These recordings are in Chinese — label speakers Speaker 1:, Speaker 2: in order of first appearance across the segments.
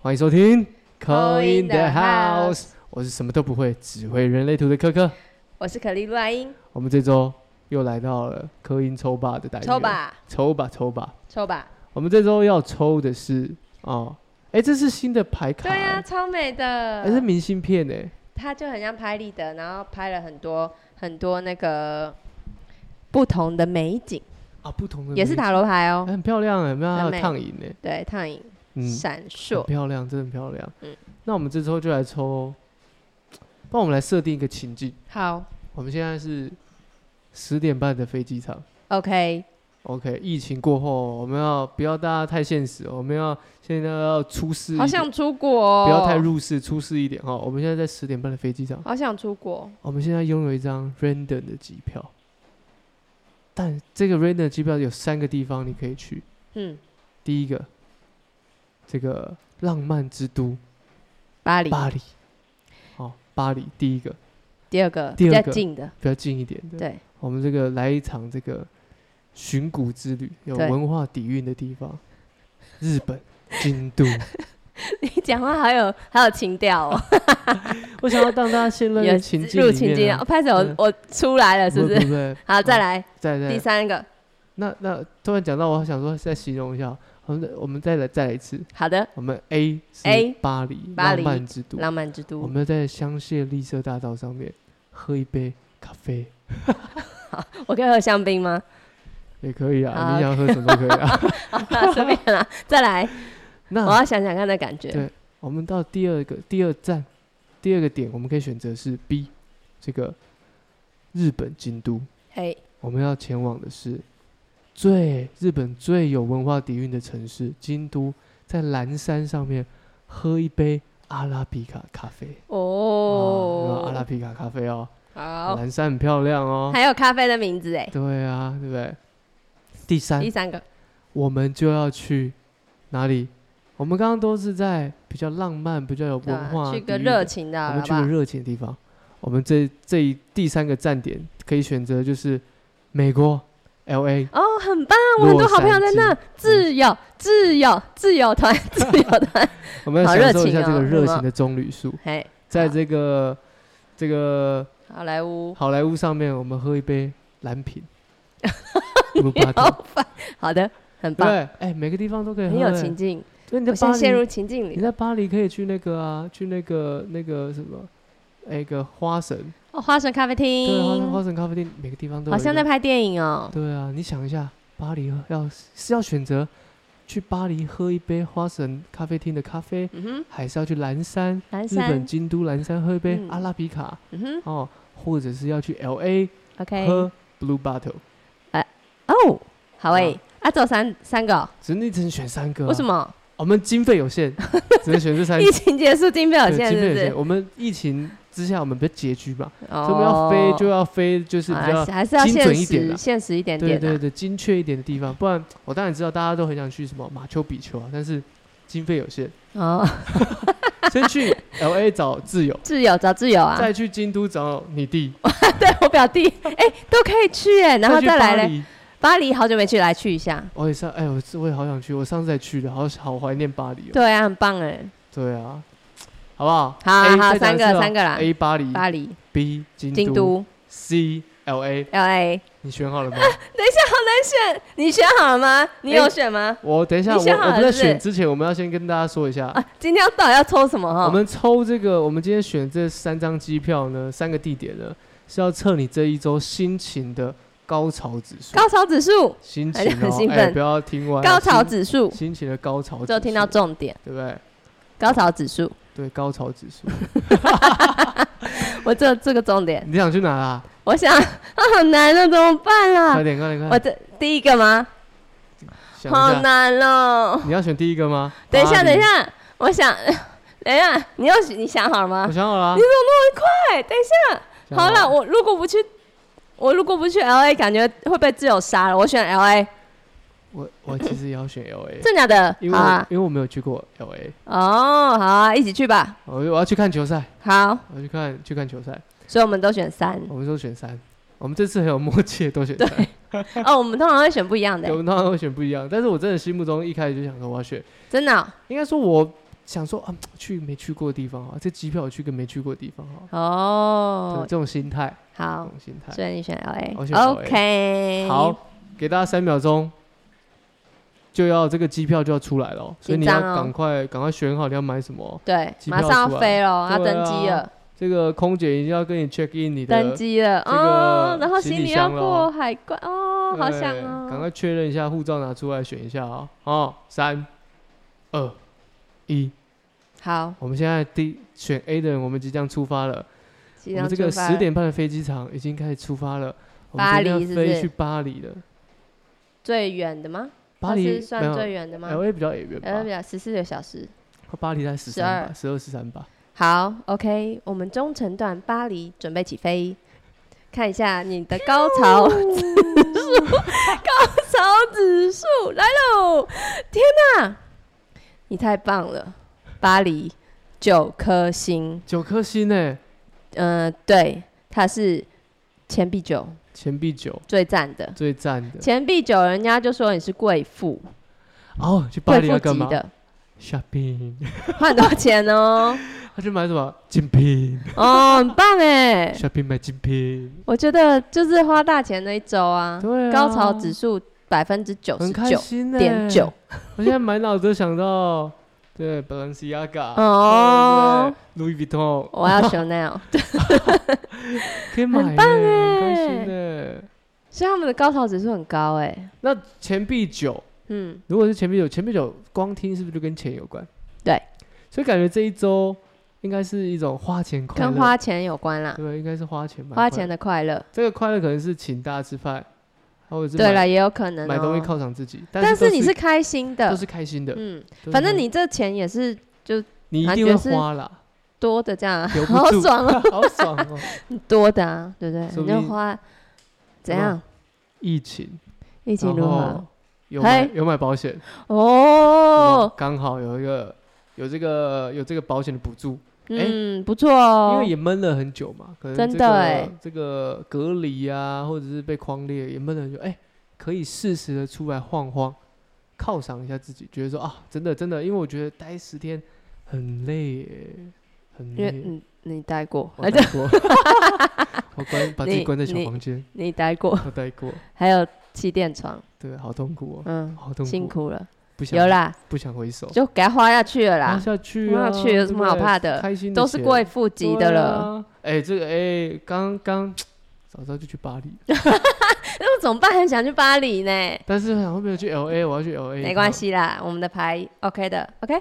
Speaker 1: 欢迎收听《
Speaker 2: Call in the House
Speaker 1: 我是什么都不会，只会人类图的科科。
Speaker 2: 我是可丽露阿英，
Speaker 1: 我们这周又来到了科音抽吧的单元，
Speaker 2: 抽，吧，
Speaker 1: 抽吧，抽吧。
Speaker 2: 抽吧，
Speaker 1: 我们这周要抽的是哦，哎，这是新的牌卡
Speaker 2: 对
Speaker 1: 欸，
Speaker 2: 呀、超美的
Speaker 1: 还。是明信片哎，
Speaker 2: 他就很像拍立得，然后拍了很多很多那个不同的美景，
Speaker 1: 啊，不同的
Speaker 2: 也是
Speaker 1: 它，
Speaker 2: 塔罗牌
Speaker 1: 哎
Speaker 2: 哦。
Speaker 1: 很漂亮哎，没有它
Speaker 2: 很
Speaker 1: 的
Speaker 2: 美
Speaker 1: 烫银哎，
Speaker 2: 对，烫影
Speaker 1: 嗯，
Speaker 2: 闪
Speaker 1: 很
Speaker 2: 烁，
Speaker 1: 漂亮，真的很漂亮。
Speaker 2: 嗯
Speaker 1: 那我们这周就来抽，帮我们来设定一个情境。
Speaker 2: 好
Speaker 1: 我们现在是十点半的飞机场。
Speaker 2: ，OK，
Speaker 1: OK，疫情过后，我们要不要大家太现实哦？我们要现在要出世一
Speaker 2: 好
Speaker 1: 点，
Speaker 2: 想出国、
Speaker 1: 嗯
Speaker 2: 哦，
Speaker 1: 不要太，入世，出世一点哈、哦。我们现在在十点半的飞机上，
Speaker 2: 好想出国，
Speaker 1: 我们现在拥有一张 random 的机票，但这个 random 机票有三个地方你可以去。
Speaker 2: 嗯，
Speaker 1: 第一个，这个浪漫之都
Speaker 2: 巴黎，
Speaker 1: 巴黎，哦，巴黎第一个
Speaker 2: 第二个
Speaker 1: 第
Speaker 2: 比
Speaker 1: 二个嗯
Speaker 2: 较近的，
Speaker 1: 比较近一点的，
Speaker 2: 对，
Speaker 1: 我们这个来一场这个寻古之旅，有
Speaker 2: 对
Speaker 1: 文化底蕴的地方，日本京都。
Speaker 2: 你讲话好有好有情调 哦，
Speaker 1: 我想要让大家陷入一个情境
Speaker 2: 入
Speaker 1: 里
Speaker 2: 情境
Speaker 1: 面
Speaker 2: 啊，
Speaker 1: 啊，
Speaker 2: 拍手
Speaker 1: 对，
Speaker 2: 我出来了，是不
Speaker 1: 不
Speaker 2: 是？
Speaker 1: 不不
Speaker 2: 好，再来
Speaker 1: 再
Speaker 2: 第
Speaker 1: 再
Speaker 2: 三个，
Speaker 1: 那那突然讲到，我想说再形容一下，我们再我们再来再来一次，
Speaker 2: 好的，
Speaker 1: 我们 A 是
Speaker 2: A，
Speaker 1: 巴黎
Speaker 2: 巴
Speaker 1: 浪
Speaker 2: 黎
Speaker 1: 漫之都，
Speaker 2: 浪漫之
Speaker 1: 我
Speaker 2: 都，
Speaker 1: 们在香榭丽舍大道上面喝一杯咖啡
Speaker 2: 我可以喝香 槟吗？
Speaker 1: 也可以啊，
Speaker 2: 好
Speaker 1: 你想喝什么都可以 啊。
Speaker 2: 好啦随便啦，再来，我
Speaker 1: 那
Speaker 2: 要想想看的感觉。
Speaker 1: 嗯对我们到第二个第二站第二个点，我们可以选择是 B 这个日本京都，
Speaker 2: 嘿，
Speaker 1: 我们要前往的是最日本最有文化底蕴的城市京都，在蓝山上面喝一杯阿拉比卡咖啡啊阿拉
Speaker 2: 哦，
Speaker 1: 比卡咖啡哦，
Speaker 2: 好，
Speaker 1: 蓝山很漂亮哦，
Speaker 2: 还有咖啡的名字哎，
Speaker 1: 对啊，对不对？第三
Speaker 2: 第，三个
Speaker 1: 我们就要去哪里？我们刚刚都是在比较浪漫、比较有
Speaker 2: 对
Speaker 1: 文
Speaker 2: 吧
Speaker 1: 化底
Speaker 2: 去
Speaker 1: 蕴
Speaker 2: 个
Speaker 1: 的，
Speaker 2: 热情的
Speaker 1: 我
Speaker 2: 好
Speaker 1: 们
Speaker 2: 了
Speaker 1: 去个
Speaker 2: 吧？
Speaker 1: 热情的地方。我们这这一第三个站点可以选择就是美国 L A。
Speaker 2: 哦，很棒，我很多好朋友在那
Speaker 1: 洛，
Speaker 2: 自由，自由，自 由团，自由团，
Speaker 1: 我们要
Speaker 2: 好
Speaker 1: 享
Speaker 2: 热
Speaker 1: 受一
Speaker 2: 情
Speaker 1: 下这个
Speaker 2: 哦
Speaker 1: 热
Speaker 2: 什
Speaker 1: 情
Speaker 2: 么
Speaker 1: 的棕榈树，
Speaker 2: 嘿，
Speaker 1: 在
Speaker 2: 好
Speaker 1: 这个这个
Speaker 2: 好莱坞，
Speaker 1: 好莱坞上面，我们喝一杯蓝 瓶，有没有霸
Speaker 2: 好
Speaker 1: 道
Speaker 2: 烦， 好的，很
Speaker 1: 对不
Speaker 2: 棒，
Speaker 1: 对，哎，每个地方都可以喝，
Speaker 2: 很有
Speaker 1: 哎
Speaker 2: 情。境，
Speaker 1: 所以你
Speaker 2: 我
Speaker 1: 在
Speaker 2: 现
Speaker 1: 巴
Speaker 2: 在陷入
Speaker 1: 黎，
Speaker 2: 情境
Speaker 1: 你
Speaker 2: 里。
Speaker 1: 在巴黎可以去那个啊，去那个那个什么，那个花神，
Speaker 2: 哦，花神咖啡
Speaker 1: 对，啊花神
Speaker 2: 厅，
Speaker 1: 花神咖啡店，每个地方都有
Speaker 2: 嗯好
Speaker 1: 一
Speaker 2: 像
Speaker 1: 个
Speaker 2: 在拍电影哦。
Speaker 1: 对啊，你想一下，巴黎喝要是要选择去巴黎喝一杯花神咖啡厅的咖啡，
Speaker 2: 嗯哼，
Speaker 1: 还是要去蓝山
Speaker 2: 蓝
Speaker 1: 日本
Speaker 2: 山，
Speaker 1: 京都蓝山喝一杯
Speaker 2: 嗯
Speaker 1: 阿拉比卡？
Speaker 2: 嗯哼
Speaker 1: 哦，或者是要去 L A
Speaker 2: ，OK，
Speaker 1: 喝 Blue Bottle，
Speaker 2: 哦，好诶，啊，走三三个哦，
Speaker 1: 只你只能选三个、啊
Speaker 2: 为什？么？
Speaker 1: 我们经费有 限，只能选这三
Speaker 2: 疫情结束，经费有
Speaker 1: 对
Speaker 2: 限，
Speaker 1: 经费有
Speaker 2: 是不
Speaker 1: 限。
Speaker 2: 是？
Speaker 1: 我们疫情之下，我们比较拮据嘛，
Speaker 2: 哦
Speaker 1: 所以我们要飞就要飞，就是比较
Speaker 2: 啊、还是要
Speaker 1: 精准
Speaker 2: 现
Speaker 1: 一点啦
Speaker 2: 实、现实一点
Speaker 1: 对
Speaker 2: 点、啊。
Speaker 1: 对对精确一点的地方。不然我当然知道大家都很想去什么马丘比丘啊，但是经费有 限，
Speaker 2: 哦，
Speaker 1: 先去 L A 找挚友，
Speaker 2: 挚友找挚友啊，
Speaker 1: 再去京都找你弟，
Speaker 2: 对我表弟，哎、都可以去哎、然后
Speaker 1: 去
Speaker 2: 再来
Speaker 1: 巴
Speaker 2: 嘞，
Speaker 1: 黎。
Speaker 2: 巴黎好久没去，来去一下。
Speaker 1: 我也上哎，我我也好想去，我上次才去的，好好怀念巴黎哦。
Speaker 2: 对啊，很棒哎、
Speaker 1: 对啊，好不好？
Speaker 2: 好啊
Speaker 1: A，
Speaker 2: 好
Speaker 1: 再讲一
Speaker 2: 三
Speaker 1: 次
Speaker 2: 个
Speaker 1: 哦
Speaker 2: 三个啦
Speaker 1: ，A 巴黎
Speaker 2: 巴黎、
Speaker 1: ，B 京
Speaker 2: 京都、
Speaker 1: ，C L A，
Speaker 2: L A，
Speaker 1: 你选好了 吗？
Speaker 2: 你选好了吗？你有选吗？
Speaker 1: 我等一下，
Speaker 2: 你
Speaker 1: 我
Speaker 2: 选好了
Speaker 1: 我们在
Speaker 2: 是不是
Speaker 1: 选之前，我们要先跟大家说一下，
Speaker 2: 啊，今天要到底要抽什么哈？
Speaker 1: 我们抽这个，我们今天选这三张机票呢，三个地点呢，是要测你这一周心情的高潮指数。
Speaker 2: 高潮指数，
Speaker 1: 心
Speaker 2: 哎
Speaker 1: 情
Speaker 2: 很
Speaker 1: 哦，
Speaker 2: 兴
Speaker 1: 哎，
Speaker 2: 奋
Speaker 1: 不要听完
Speaker 2: 高潮
Speaker 1: 心
Speaker 2: 指数，
Speaker 1: 心情的高潮指数，
Speaker 2: 就听到重点，
Speaker 1: 对不对？
Speaker 2: 高潮指数，
Speaker 1: 对，高潮指数。
Speaker 2: 我这这个重点，
Speaker 1: 你想去哪啊？
Speaker 2: 我想啊，好难啊，怎么办
Speaker 1: 快
Speaker 2: 啊？
Speaker 1: 点，快点，快
Speaker 2: 我
Speaker 1: 点！
Speaker 2: 这第一个吗？
Speaker 1: 想
Speaker 2: 好
Speaker 1: 一下，
Speaker 2: 难哦。
Speaker 1: 你要选第一个吗？
Speaker 2: 等一下，
Speaker 1: 巴黎
Speaker 2: 等一，下，我想， 等一下，你要你想好了吗
Speaker 1: 我？想好了啊。
Speaker 2: 对，等一下，
Speaker 1: 想
Speaker 2: 好了，我如果不去，我如果不去 L A，感觉会被自由杀了。我选 L A，
Speaker 1: 我我其实也要选 L A，
Speaker 2: 真假的？
Speaker 1: 因为
Speaker 2: 好
Speaker 1: 我、
Speaker 2: 啊，
Speaker 1: 因为我没有去过 L A，
Speaker 2: 哦，好啊，一起去吧。
Speaker 1: 我我要去看球赛，
Speaker 2: 好，
Speaker 1: 我要去看去看球赛。
Speaker 2: 所以我们都 选三。
Speaker 1: 我们都选三，我们这次很有默契，都选三。
Speaker 2: 哦，我们通常会选不一样的
Speaker 1: 我，们当然会选不一样，但是我真的心目中一开始就想说我要选，
Speaker 2: 真的哦。
Speaker 1: 应该说我想说啊，去没去过的地方啊，这机票我去跟没去过的地方好，对
Speaker 2: 哦
Speaker 1: 这，种心态，这
Speaker 2: 好
Speaker 1: 种，心态。
Speaker 2: 所以你选 L
Speaker 1: 我
Speaker 2: A，OK，、
Speaker 1: 选
Speaker 2: OK
Speaker 1: 好，给大家三秒钟，就要这个机票就要出来了哦，所以你
Speaker 2: 紧
Speaker 1: 要
Speaker 2: 张哦
Speaker 1: 赶快赶快选好你要买什么哦。
Speaker 2: 对，
Speaker 1: 机
Speaker 2: 马
Speaker 1: 票
Speaker 2: 上
Speaker 1: 出来
Speaker 2: 要飞了，要
Speaker 1: 对
Speaker 2: 登机
Speaker 1: 啊
Speaker 2: 了，
Speaker 1: 这个空姐一定要跟你 check in 你的
Speaker 2: 登机了，
Speaker 1: 这个
Speaker 2: 哦，然后
Speaker 1: 行
Speaker 2: 行
Speaker 1: 李
Speaker 2: 李要
Speaker 1: 箱咯
Speaker 2: 过海关，哦，好想
Speaker 1: 对赶
Speaker 2: 哦，
Speaker 1: 快确认一下护照拿出来选一下啊、哦！哦，三、二、一，
Speaker 2: 好，
Speaker 1: 我们现在第选 A 的人，我们即将出发了。
Speaker 2: 即
Speaker 1: 我
Speaker 2: 将
Speaker 1: 们这个
Speaker 2: 出发
Speaker 1: 十
Speaker 2: 了
Speaker 1: 点半的飞机场已经开始出发了，我们
Speaker 2: 巴
Speaker 1: 今天
Speaker 2: 黎
Speaker 1: 要
Speaker 2: 是不
Speaker 1: 飞
Speaker 2: 是
Speaker 1: 去巴黎了。
Speaker 2: 最远的吗？
Speaker 1: 巴
Speaker 2: 它
Speaker 1: 黎
Speaker 2: 是
Speaker 1: 没
Speaker 2: 算
Speaker 1: 有哎
Speaker 2: 最远的吗哎
Speaker 1: L A 比较远
Speaker 2: ？L
Speaker 1: 吧？
Speaker 2: 表十四个小时。
Speaker 1: 巴黎才十三吧，十二十三吧。
Speaker 2: 好，OK，我们中程段巴黎准备起飞，看一下你的高潮指数，高潮指数来喽！天哪，你太棒了，巴黎九颗星，
Speaker 1: 九颗星呢，
Speaker 2: 嗯、对，它是钱币九
Speaker 1: 钱币九
Speaker 2: 最赞的，
Speaker 1: 最赞的。
Speaker 2: 钱币九人家就说你是贵妇，
Speaker 1: 哦，去巴
Speaker 2: 贵
Speaker 1: 黎
Speaker 2: 妇
Speaker 1: 要干
Speaker 2: 级
Speaker 1: 嘛
Speaker 2: 的，
Speaker 1: ？shopping，
Speaker 2: 花很多钱哦，
Speaker 1: 他去买什么？精品
Speaker 2: 哦，很棒哎，
Speaker 1: ，shopping 买精品，
Speaker 2: 我觉得就是花大钱那一周啊，
Speaker 1: 对啊
Speaker 2: 高潮指数百分之九
Speaker 1: 很
Speaker 2: 十
Speaker 1: 开
Speaker 2: 九
Speaker 1: 心欸呢。
Speaker 2: 点九，
Speaker 1: 我现在满脑子都想到，对，Balenciaga，
Speaker 2: 哦
Speaker 1: 对不对，Louis Vuitton，
Speaker 2: 我要 Chanel，对
Speaker 1: 可以买耶，很
Speaker 2: 棒
Speaker 1: 开心呢。
Speaker 2: 所以他们的高潮指数很高哎，
Speaker 1: 那钱币九，
Speaker 2: 嗯，
Speaker 1: 如果是钱币九，钱币九光听是不是就跟钱有关？
Speaker 2: 对，
Speaker 1: 所以感觉这一周应该是一种花钱快乐，
Speaker 2: 跟花钱有关啦，
Speaker 1: 对，应该是花钱吧，
Speaker 2: 花钱的快乐，
Speaker 1: 这个快乐可能是请大家吃饭，或者是
Speaker 2: 对
Speaker 1: 买
Speaker 2: 了，也有可能
Speaker 1: 买东西
Speaker 2: 哦，
Speaker 1: 犒赏自己，
Speaker 2: 但
Speaker 1: 是
Speaker 2: 是
Speaker 1: 都
Speaker 2: 你是开心
Speaker 1: 都
Speaker 2: 的，
Speaker 1: 是开心的，
Speaker 2: 嗯，
Speaker 1: 对
Speaker 2: 反正
Speaker 1: 对
Speaker 2: 你这钱也是
Speaker 1: 你一
Speaker 2: 感
Speaker 1: 定
Speaker 2: 觉
Speaker 1: 会
Speaker 2: 是
Speaker 1: 花啦，
Speaker 2: 多的这样 啊，
Speaker 1: 留不
Speaker 2: 好
Speaker 1: 住
Speaker 2: 爽啊，
Speaker 1: 好爽哦，
Speaker 2: 多的啊，对不对？
Speaker 1: 说
Speaker 2: 你
Speaker 1: 不
Speaker 2: 就
Speaker 1: 定
Speaker 2: 花怎
Speaker 1: 有没有
Speaker 2: 样？
Speaker 1: 疫情，
Speaker 2: 疫情
Speaker 1: 然
Speaker 2: 如
Speaker 1: 后
Speaker 2: 何？
Speaker 1: 有买
Speaker 2: 嘿
Speaker 1: 有买保险。哦
Speaker 2: 哎哦，，
Speaker 1: 刚好有一个有这个有这个保险的补助，哎
Speaker 2: 嗯，不错
Speaker 1: 因
Speaker 2: 哦
Speaker 1: 为，也闷了很久嘛，可能
Speaker 2: 真
Speaker 1: 这
Speaker 2: 的
Speaker 1: 个
Speaker 2: 哎
Speaker 1: 这个隔离啊，或者是被框列也闷了很久，哎、可以适时的出来晃晃，犒赏一下自己，觉得说啊，真的真的，因为我觉得待十天很累耶，很
Speaker 2: 因为
Speaker 1: 累。
Speaker 2: 嗯，你待过，
Speaker 1: 我待过， 我关把自己
Speaker 2: 你
Speaker 1: 关在小
Speaker 2: 你
Speaker 1: 房间，
Speaker 2: 你待过，
Speaker 1: 我待过，
Speaker 2: 还有气垫床，
Speaker 1: 对，好痛苦哦，
Speaker 2: 嗯，
Speaker 1: 好痛苦，
Speaker 2: 辛苦了，
Speaker 1: 不想
Speaker 2: 有啦，
Speaker 1: 不想回首，
Speaker 2: 就给他花下去了
Speaker 1: 花
Speaker 2: 啦，
Speaker 1: 下去
Speaker 2: 花
Speaker 1: 啊，
Speaker 2: 下去有
Speaker 1: 对
Speaker 2: 什
Speaker 1: 不
Speaker 2: 么好
Speaker 1: 对
Speaker 2: 怕的
Speaker 1: 开心的
Speaker 2: 都是
Speaker 1: 钱
Speaker 2: 贵妇级的了，
Speaker 1: 对啊。哎、这个哎，刚、刚早知道就去巴黎，
Speaker 2: 那怎么办？很想去巴黎呢，
Speaker 1: 但是想后面去 L A，我要去 L A，
Speaker 2: 没关。系啦，我们的牌 OK 的，OK，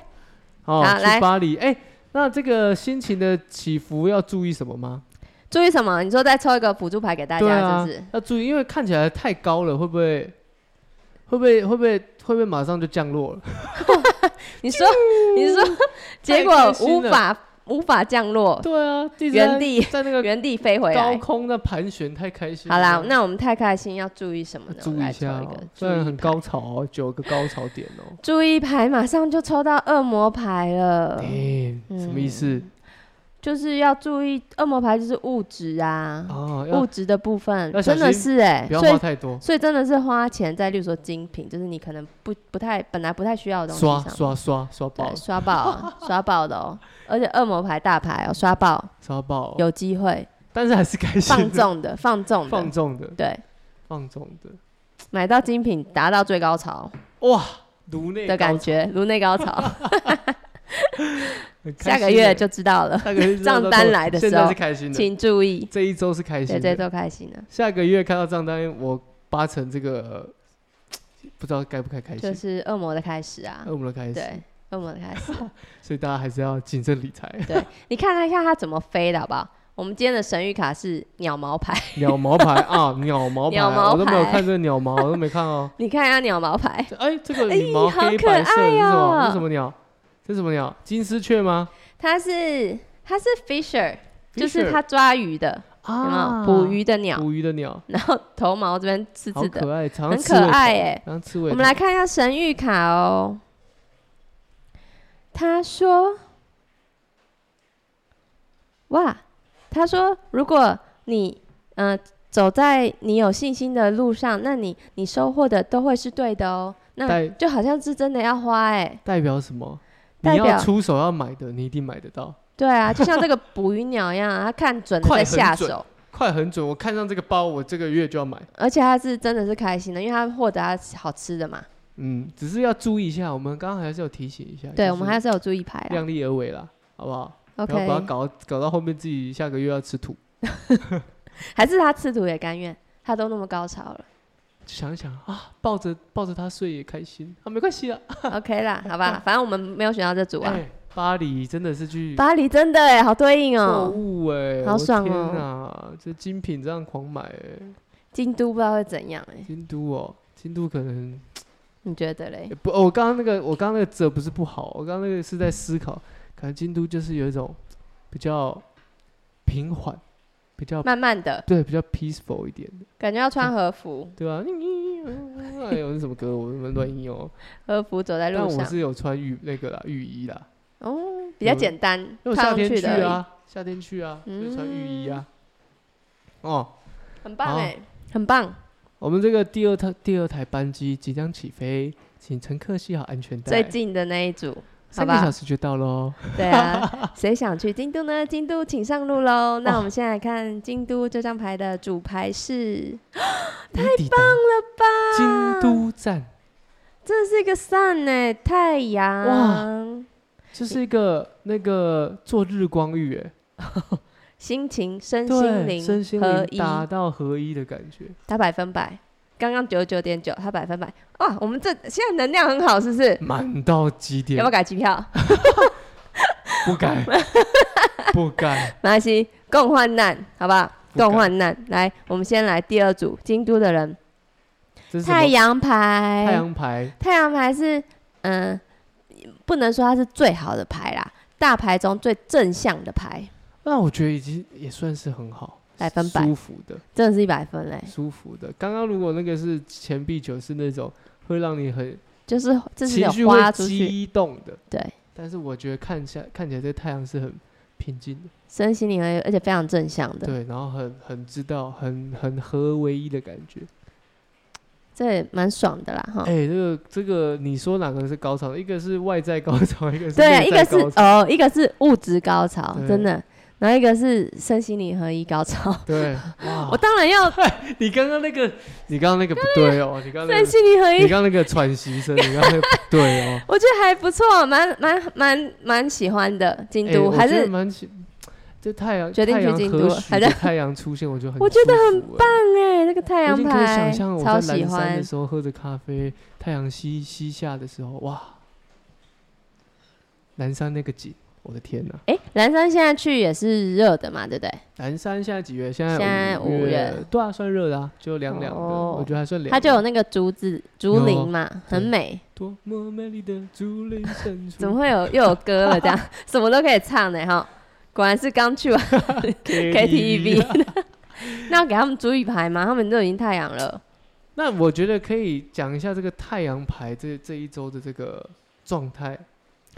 Speaker 1: 哦，
Speaker 2: 好来
Speaker 1: 去巴黎，哎、那这个心情的起伏要注意什么吗？
Speaker 2: 注意什么？你说再抽一个辅助牌给大
Speaker 1: 对啊，
Speaker 2: 家，是不是？
Speaker 1: 要注意，因为看起来太高了，会不会？会不会会不会会不会马上就降落了？
Speaker 2: 你说你说，结果
Speaker 1: 开心
Speaker 2: 无
Speaker 1: 了
Speaker 2: 法无法降落，
Speaker 1: 对啊，一直
Speaker 2: 原
Speaker 1: 在
Speaker 2: 地
Speaker 1: 在那个
Speaker 2: 原地飞回
Speaker 1: 高
Speaker 2: 来。
Speaker 1: 空那盘旋，太开心了。
Speaker 2: 好啦，那我们太开心，要注意什么呢？
Speaker 1: 注
Speaker 2: 我
Speaker 1: 意一
Speaker 2: 来抽
Speaker 1: 下、
Speaker 2: 一
Speaker 1: 哦
Speaker 2: 个，
Speaker 1: 虽然
Speaker 2: 注
Speaker 1: 很
Speaker 2: 意牌，
Speaker 1: 高潮哦，九个高潮点 哦。
Speaker 2: 注意牌，马上就抽到恶魔牌了。嗯
Speaker 1: 哎、什么意思？
Speaker 2: 就是要注意，恶魔牌就是物质啊，
Speaker 1: 哦，要
Speaker 2: 物质的部分
Speaker 1: 要小
Speaker 2: 真的是哎、
Speaker 1: 不要
Speaker 2: 所
Speaker 1: 花
Speaker 2: 以
Speaker 1: 太多。
Speaker 2: 所以真的是花钱在，例如说精品，就是你可能不不太本来不太需要的东西
Speaker 1: 刷
Speaker 2: 上，
Speaker 1: 刷刷刷爆
Speaker 2: 对，刷 爆啊刷爆的哦，而且恶魔牌大牌哦，刷爆
Speaker 1: 刷爆，哦
Speaker 2: 有机会
Speaker 1: 但是还是开心
Speaker 2: 放
Speaker 1: 的，
Speaker 2: 纵的放纵
Speaker 1: 放
Speaker 2: 的，
Speaker 1: 纵的，
Speaker 2: 对，
Speaker 1: 放纵的，
Speaker 2: 买到精品达到最高潮
Speaker 1: 哇，颅内
Speaker 2: 的感
Speaker 1: 觉。
Speaker 2: 觉，颅内高潮，
Speaker 1: 很开心
Speaker 2: 下个
Speaker 1: 欸
Speaker 2: 月就知道了，
Speaker 1: 下个月就知 道
Speaker 2: 账单来的时候
Speaker 1: 现在是开心的，
Speaker 2: 请注意，
Speaker 1: 这一周是开
Speaker 2: 对，
Speaker 1: 心
Speaker 2: 这
Speaker 1: 的，
Speaker 2: 都开心了，
Speaker 1: 下个月看到账单，我八成这个呃不知道该不该开
Speaker 2: 就
Speaker 1: 心，
Speaker 2: 是恶魔的开始啊，
Speaker 1: 恶魔的开始，
Speaker 2: 对，恶魔的开始。
Speaker 1: 所以大家还是要谨慎理财。
Speaker 2: 你看一下它怎么飞的好不好？我们今天的神谕卡是鸟毛牌，
Speaker 1: 鸟毛牌啊，鸟毛牌
Speaker 2: 鸟
Speaker 1: 啊，
Speaker 2: 毛
Speaker 1: 我都没有
Speaker 2: 牌
Speaker 1: 看这个鸟毛，我都没看哦。
Speaker 2: 你看一下鸟毛牌，
Speaker 1: 这哎，这个
Speaker 2: 哎
Speaker 1: 羽毛
Speaker 2: 好
Speaker 1: 黑
Speaker 2: 可
Speaker 1: 白色的是什么？
Speaker 2: 爱
Speaker 1: 这
Speaker 2: 哦
Speaker 1: 是什么鸟？这是什么鸟？金丝雀吗？
Speaker 2: 它是它是 fisher，就
Speaker 1: Fisher
Speaker 2: 是它抓鱼的，有没
Speaker 1: 啊，
Speaker 2: 有捕鱼的鸟？
Speaker 1: 捕鱼的鸟，
Speaker 2: 然后头毛这边刺
Speaker 1: 好
Speaker 2: 刺的，
Speaker 1: 可爱，常常
Speaker 2: 很
Speaker 1: 刺
Speaker 2: 可
Speaker 1: 猬头
Speaker 2: 爱，哎。
Speaker 1: 常常刺猬头。
Speaker 2: 我们来看一下神谕卡哦。他说：“哇，他说，如果你嗯、呃走在你有信心的路上，那你你收获的都会是对的哦。那
Speaker 1: 代
Speaker 2: 就好像是真的要花哎、
Speaker 1: 代表什么？你
Speaker 2: 代表
Speaker 1: 要出手要买的，你一定买得到，
Speaker 2: 对啊，就像这个捕鱼鸟一样啊，它看 准了
Speaker 1: 快
Speaker 2: 再
Speaker 1: 很
Speaker 2: 下
Speaker 1: 准
Speaker 2: 手，
Speaker 1: 快很准。我看上这个包，我这个月就要买。
Speaker 2: 而且它是真的是开心的，因为它获得它好吃的嘛。
Speaker 1: 嗯，只是要注意一下，我们刚刚还是有提醒一下，
Speaker 2: 对，
Speaker 1: 就
Speaker 2: 我们
Speaker 1: 是
Speaker 2: 还是有注意牌啦。
Speaker 1: 量力而为啦，好不好？不要
Speaker 2: OK，
Speaker 1: 把它搞搞到后面自己下个月要吃土。
Speaker 2: 还是他吃土也甘愿，他都那么高潮 了
Speaker 1: 想一想啊，抱着抱着它睡也开心啊，没关系啊。
Speaker 2: ，OK 啦，好吧，反正我们没有选到这组啊。
Speaker 1: 哎，巴黎真的是去
Speaker 2: 巴黎真的哎，好对应
Speaker 1: 购
Speaker 2: 哦。
Speaker 1: 物哎，
Speaker 2: 好
Speaker 1: 我
Speaker 2: 爽
Speaker 1: 天
Speaker 2: 哦
Speaker 1: 哪，这精品这样狂买哎，
Speaker 2: 京都不知道会怎样哎，
Speaker 1: 京都哦，京都可能
Speaker 2: 你觉得嘞
Speaker 1: 也？不，哦我刚刚那个我刚刚那个这不是不好，我刚刚那个是在思考，可能京都就是有一种比较平缓，比较
Speaker 2: 慢慢的
Speaker 1: 对比较 peaceful 一点的，
Speaker 2: 感觉要穿和服，
Speaker 1: 对吧、啊？哎呦，那什么歌？我们乱引哦。
Speaker 2: 和服走在
Speaker 1: 但
Speaker 2: 路
Speaker 1: 我
Speaker 2: 上，
Speaker 1: 是有穿浴那个啦，浴衣啦，
Speaker 2: 哦，比较简单，
Speaker 1: 因为我
Speaker 2: 套
Speaker 1: 夏
Speaker 2: 上
Speaker 1: 天去
Speaker 2: 的而已，
Speaker 1: 啊，夏天去啊，就穿浴衣啊。
Speaker 2: 嗯
Speaker 1: 哦，
Speaker 2: 很棒
Speaker 1: 好
Speaker 2: 哎，很棒，
Speaker 1: 我们这个第二台第二台班机即将起飞，请乘客系好安全带。
Speaker 2: 最近的那一组。
Speaker 1: 三
Speaker 2: 好
Speaker 1: 个
Speaker 2: 吧
Speaker 1: 小，时就到喽。
Speaker 2: 对啊，谁想去京都呢？京都请上路
Speaker 1: 哦
Speaker 2: 喽。那我们现在看京都这张牌的主牌是，
Speaker 1: 太棒了吧！京都站，
Speaker 2: 这是一个 sun 哎，太阳
Speaker 1: 哇这是一个那个做日光浴，哎，
Speaker 2: 心情、身心
Speaker 1: 对，
Speaker 2: 灵
Speaker 1: 身心
Speaker 2: 合
Speaker 1: 灵
Speaker 2: 一，
Speaker 1: 达到合一的感觉。
Speaker 2: 他百分百，刚刚九十九点九，他百分百，哇，我们这现在能量很好，是不是？
Speaker 1: 满到极
Speaker 2: 要
Speaker 1: 点
Speaker 2: 不要，改机票？
Speaker 1: 不 敢，不敢。
Speaker 2: 马来西共患难，好不好？
Speaker 1: 不敢
Speaker 2: 共患难，来，我们先来第二组，京都的人，
Speaker 1: 这是什么
Speaker 2: 太阳
Speaker 1: 太
Speaker 2: 牌，
Speaker 1: 阳牌，
Speaker 2: 太阳牌是，嗯、不能说它是最好的牌啦，大牌中最正向的牌，
Speaker 1: 那我觉得已经也算是很好，
Speaker 2: 百分百
Speaker 1: 舒服的，
Speaker 2: 真的是一百分欸嘞，
Speaker 1: 舒服的。刚刚如果那个是钱币九，是那种会让你很
Speaker 2: 就是这是
Speaker 1: 情
Speaker 2: 有
Speaker 1: 绪
Speaker 2: 花
Speaker 1: 会
Speaker 2: 出去，
Speaker 1: 激动的，
Speaker 2: 对，
Speaker 1: 但是我觉得看起来看起来这太阳是很平静的，
Speaker 2: 身心灵而而且非常正向的，
Speaker 1: 对，然后很很知道，很很合为一的感觉。
Speaker 2: 这也蛮爽的啦哈。
Speaker 1: 哎、这个这个，你说哪个是高潮？一个是外在高潮，一个是
Speaker 2: 对，
Speaker 1: 内
Speaker 2: 一
Speaker 1: 在
Speaker 2: 个是
Speaker 1: 高潮
Speaker 2: 哦，一个是物质高潮，
Speaker 1: 对
Speaker 2: 真的，然后一个是身心灵合一 高潮。
Speaker 1: 对，哇
Speaker 2: 我！当然要
Speaker 1: 你刚刚那个，你刚刚那个不对哦，你刚刚那
Speaker 2: 身
Speaker 1: 个，
Speaker 2: 心灵合
Speaker 1: 你
Speaker 2: 一，
Speaker 1: 刚刚那个喘息声，你刚刚那个不对 哦。
Speaker 2: 我觉得还不错，蛮蛮蛮蛮喜欢的。京
Speaker 1: 哎
Speaker 2: 都、
Speaker 1: 我
Speaker 2: 还
Speaker 1: 觉得
Speaker 2: 是
Speaker 1: 蛮喜，这太阳
Speaker 2: 决定
Speaker 1: 太
Speaker 2: 去
Speaker 1: 阳
Speaker 2: 京
Speaker 1: 何
Speaker 2: 都
Speaker 1: 许
Speaker 2: 还
Speaker 1: 的
Speaker 2: 在
Speaker 1: 太阳出现，我就很欸
Speaker 2: 我觉得
Speaker 1: 很棒。
Speaker 2: 哎、那个太
Speaker 1: 我已
Speaker 2: 阳
Speaker 1: 经可以想
Speaker 2: 牌
Speaker 1: 象我
Speaker 2: 超
Speaker 1: 在蓝
Speaker 2: 喜
Speaker 1: 山
Speaker 2: 欢
Speaker 1: 的，时候喝着咖啡，太阳西西下的时候，哇，蓝山那个景，我的天哪！
Speaker 2: 哎、蓝山现在去也是热的嘛，对不对？
Speaker 1: 蓝山现在几月？现在
Speaker 2: 现在
Speaker 1: 五
Speaker 2: 五月，
Speaker 1: 对啊，算热的啊，就凉凉的，
Speaker 2: 哦
Speaker 1: 我觉得还算凉的。
Speaker 2: 它就有那个竹子竹林
Speaker 1: 有哦
Speaker 2: 嘛，很
Speaker 1: 对
Speaker 2: 美。
Speaker 1: 多么美丽的竹林深处，
Speaker 2: 怎么会有又有歌了？这样 什么都可以唱呢哈。果然是刚去完 KTV，那要给他们主语牌吗？他们都已经太阳了。
Speaker 1: 那我觉得可以讲一下这个太阳牌这这一周的这个状态，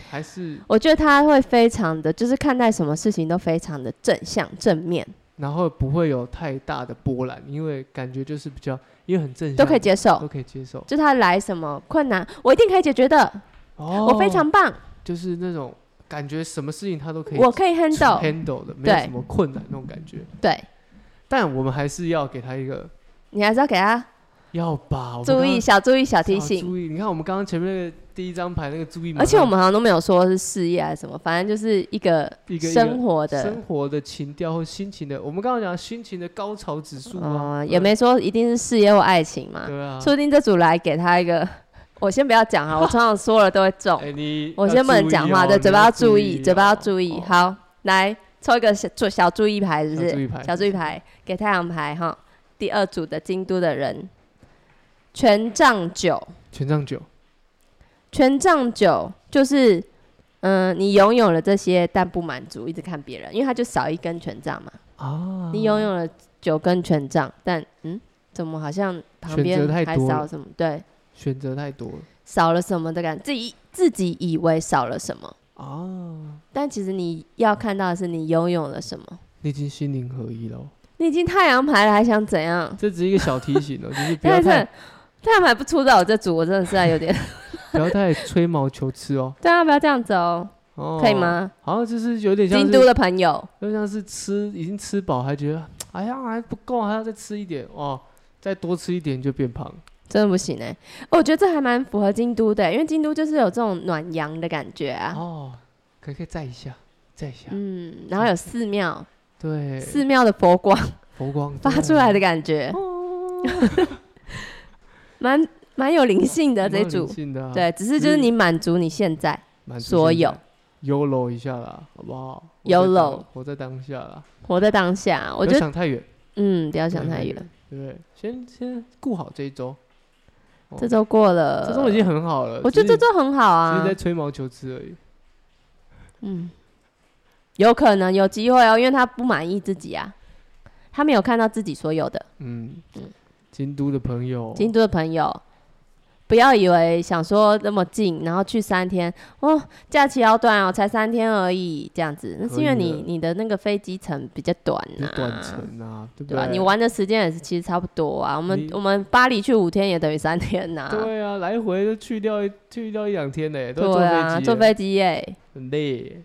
Speaker 1: 还是
Speaker 2: 我觉得他会非常的，就是看待什么事情都非常的正向正面，
Speaker 1: 然后不会有太大的波澜，因为感觉就是比较，因为很正向，
Speaker 2: 都可以接
Speaker 1: 都
Speaker 2: 受。
Speaker 1: 可以接受。
Speaker 2: 就他来什么困难，我一定可以解决的，
Speaker 1: 哦，
Speaker 2: 我非常棒，
Speaker 1: 就是那种感觉，什么事情他都可以
Speaker 2: 我可以 handle。
Speaker 1: handle 的，没有
Speaker 2: 对
Speaker 1: 什么困难那种感觉。
Speaker 2: 对
Speaker 1: 但我们还是要给他一个
Speaker 2: 你还是要给他
Speaker 1: 要吧，我们
Speaker 2: 注
Speaker 1: 刚
Speaker 2: 意
Speaker 1: 刚
Speaker 2: 小注意小提
Speaker 1: 要
Speaker 2: 醒，
Speaker 1: 注意，你看我们刚刚前面那个第一张牌那个注意马上，
Speaker 2: 而且我们好像都没有说是事业还是什么，反正就是一个
Speaker 1: 一个一个
Speaker 2: 生活的
Speaker 1: 生活的情调或心情的，我们刚刚讲心情的高潮指数啊，
Speaker 2: 哦，
Speaker 1: 对
Speaker 2: 也没说一定是事业或爱情嘛，
Speaker 1: 对啊。
Speaker 2: 说不定这组来给他一个，我先不要讲啊哈，我通常说了都会中，
Speaker 1: 哎，你
Speaker 2: 哦我
Speaker 1: 要
Speaker 2: 先不能
Speaker 1: 注意
Speaker 2: 讲话，
Speaker 1: 哦
Speaker 2: 对，
Speaker 1: 你
Speaker 2: 嘴巴要注
Speaker 1: 哦
Speaker 2: 意，嘴巴要注意
Speaker 1: 哦。
Speaker 2: 好，来抽一个小注小注意牌，是不
Speaker 1: 小注
Speaker 2: 是？
Speaker 1: 意牌，
Speaker 2: 小注意牌给太阳牌哈，第二组的京都的人，权杖九，
Speaker 1: 权杖九，
Speaker 2: 权杖九就是。嗯，你拥有了这些，但不满足，一直看别人，因为他就少一根权杖嘛。
Speaker 1: 啊，
Speaker 2: 哦你拥有了九根权杖，但嗯，怎么好像旁
Speaker 1: 选
Speaker 2: 边
Speaker 1: 择太
Speaker 2: 还
Speaker 1: 多
Speaker 2: 少
Speaker 1: 了
Speaker 2: 什么？对，
Speaker 1: 选择太多了
Speaker 2: 少了什么的感自己自己以为少了什么，
Speaker 1: 啊，
Speaker 2: 但其实你要看到的是你拥有了什么。
Speaker 1: 你已经心灵合一了哦。
Speaker 2: 你已经太阳牌了，还想怎样？
Speaker 1: 这只是一个小提醒哦，就是不要
Speaker 2: 但是
Speaker 1: 太
Speaker 2: 太阳牌不出到我这组，我真的是有点
Speaker 1: 不不要太吹毛求疵 哦。
Speaker 2: 对啊，不要这样子哦，
Speaker 1: 哦，
Speaker 2: 可以？吗？
Speaker 1: 好像就是有点像
Speaker 2: 京
Speaker 1: 是，
Speaker 2: 都的朋友，
Speaker 1: 就像是吃已经吃饱，还觉得哎呀还不够，还要再吃一点哦，再多吃一点就变胖。
Speaker 2: 真的不行哎、哦我觉得这还蛮符合京都的，因为京都就是有这种暖阳的感觉啊。
Speaker 1: 哦，可以可以再一下，再一下，
Speaker 2: 嗯，然后有寺庙，
Speaker 1: 对，
Speaker 2: 寺庙的佛光
Speaker 1: 佛光啊
Speaker 2: 发出来的感觉，
Speaker 1: 哦
Speaker 2: 蛮蛮有灵性的这一组。
Speaker 1: 的，，
Speaker 2: 对，只是就是
Speaker 1: 嗯
Speaker 2: 你满足你现在，
Speaker 1: 满足
Speaker 2: 所有
Speaker 1: ，YOLO 一下啦，好不好
Speaker 2: YOLO
Speaker 1: 我在当下啦，
Speaker 2: 活在当下。我
Speaker 1: 不要
Speaker 2: 觉得，
Speaker 1: 想太远，
Speaker 2: 嗯，不要想
Speaker 1: 不要
Speaker 2: 太远。，
Speaker 1: 对不对？先先顾好这一周，哦
Speaker 2: 这周过了，
Speaker 1: 这周已经很好了，
Speaker 2: 我觉得这
Speaker 1: 只是
Speaker 2: 周很好
Speaker 1: 只
Speaker 2: 啊
Speaker 1: 是在。吹毛求疵而已。
Speaker 2: 嗯，有可能有机会哦，因为他不满意自己啊，他没有看到自己所有的。
Speaker 1: 嗯，京都的朋友，
Speaker 2: 京都的朋友，不要以为想说那么近，然后去三天哦，假期好短哦，才三天而已，这样子，那是因为
Speaker 1: 可以
Speaker 2: 你
Speaker 1: 的
Speaker 2: 你的那个飞机程比较短
Speaker 1: 不
Speaker 2: 呐、
Speaker 1: 是短程啊，对不
Speaker 2: 对吧、
Speaker 1: 对？
Speaker 2: 你玩的时间也是其实差不多啊，我们
Speaker 1: 你
Speaker 2: 我们巴黎去五天也等于三天呐、
Speaker 1: 对啊，来回都去掉一去掉一两天呢，都
Speaker 2: 对啊，
Speaker 1: 要
Speaker 2: 坐
Speaker 1: 坐飞机耶，
Speaker 2: 飞机耶、
Speaker 1: 很累。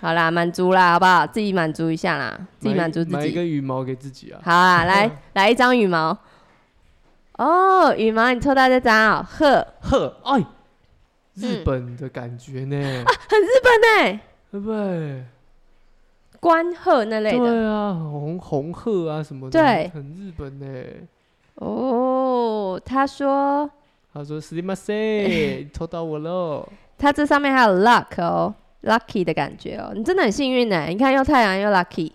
Speaker 2: 好啦，满足啦，好不好？自己满足一下啦，自己
Speaker 1: 买
Speaker 2: 满足自
Speaker 1: 买一
Speaker 2: 己。
Speaker 1: 根羽毛给自己啊。
Speaker 2: 好啊，来来一张羽毛。哦，羽毛，你抽到这张哦，呵，
Speaker 1: 呵，哎，日
Speaker 2: 嗯
Speaker 1: 本的感觉呢，
Speaker 2: 很日本哎、
Speaker 1: 对不对？
Speaker 2: 关鹤那类的。
Speaker 1: 对啊，红红鹤啊什么的，
Speaker 2: 对
Speaker 1: 很日本呢。
Speaker 2: 哦，他说
Speaker 1: 他说 s l i m a s e 抽到我喽，
Speaker 2: 他这上面还有 luck 哦，lucky 的感觉哦，你真的很幸运呢。你看又太阳又 lucky。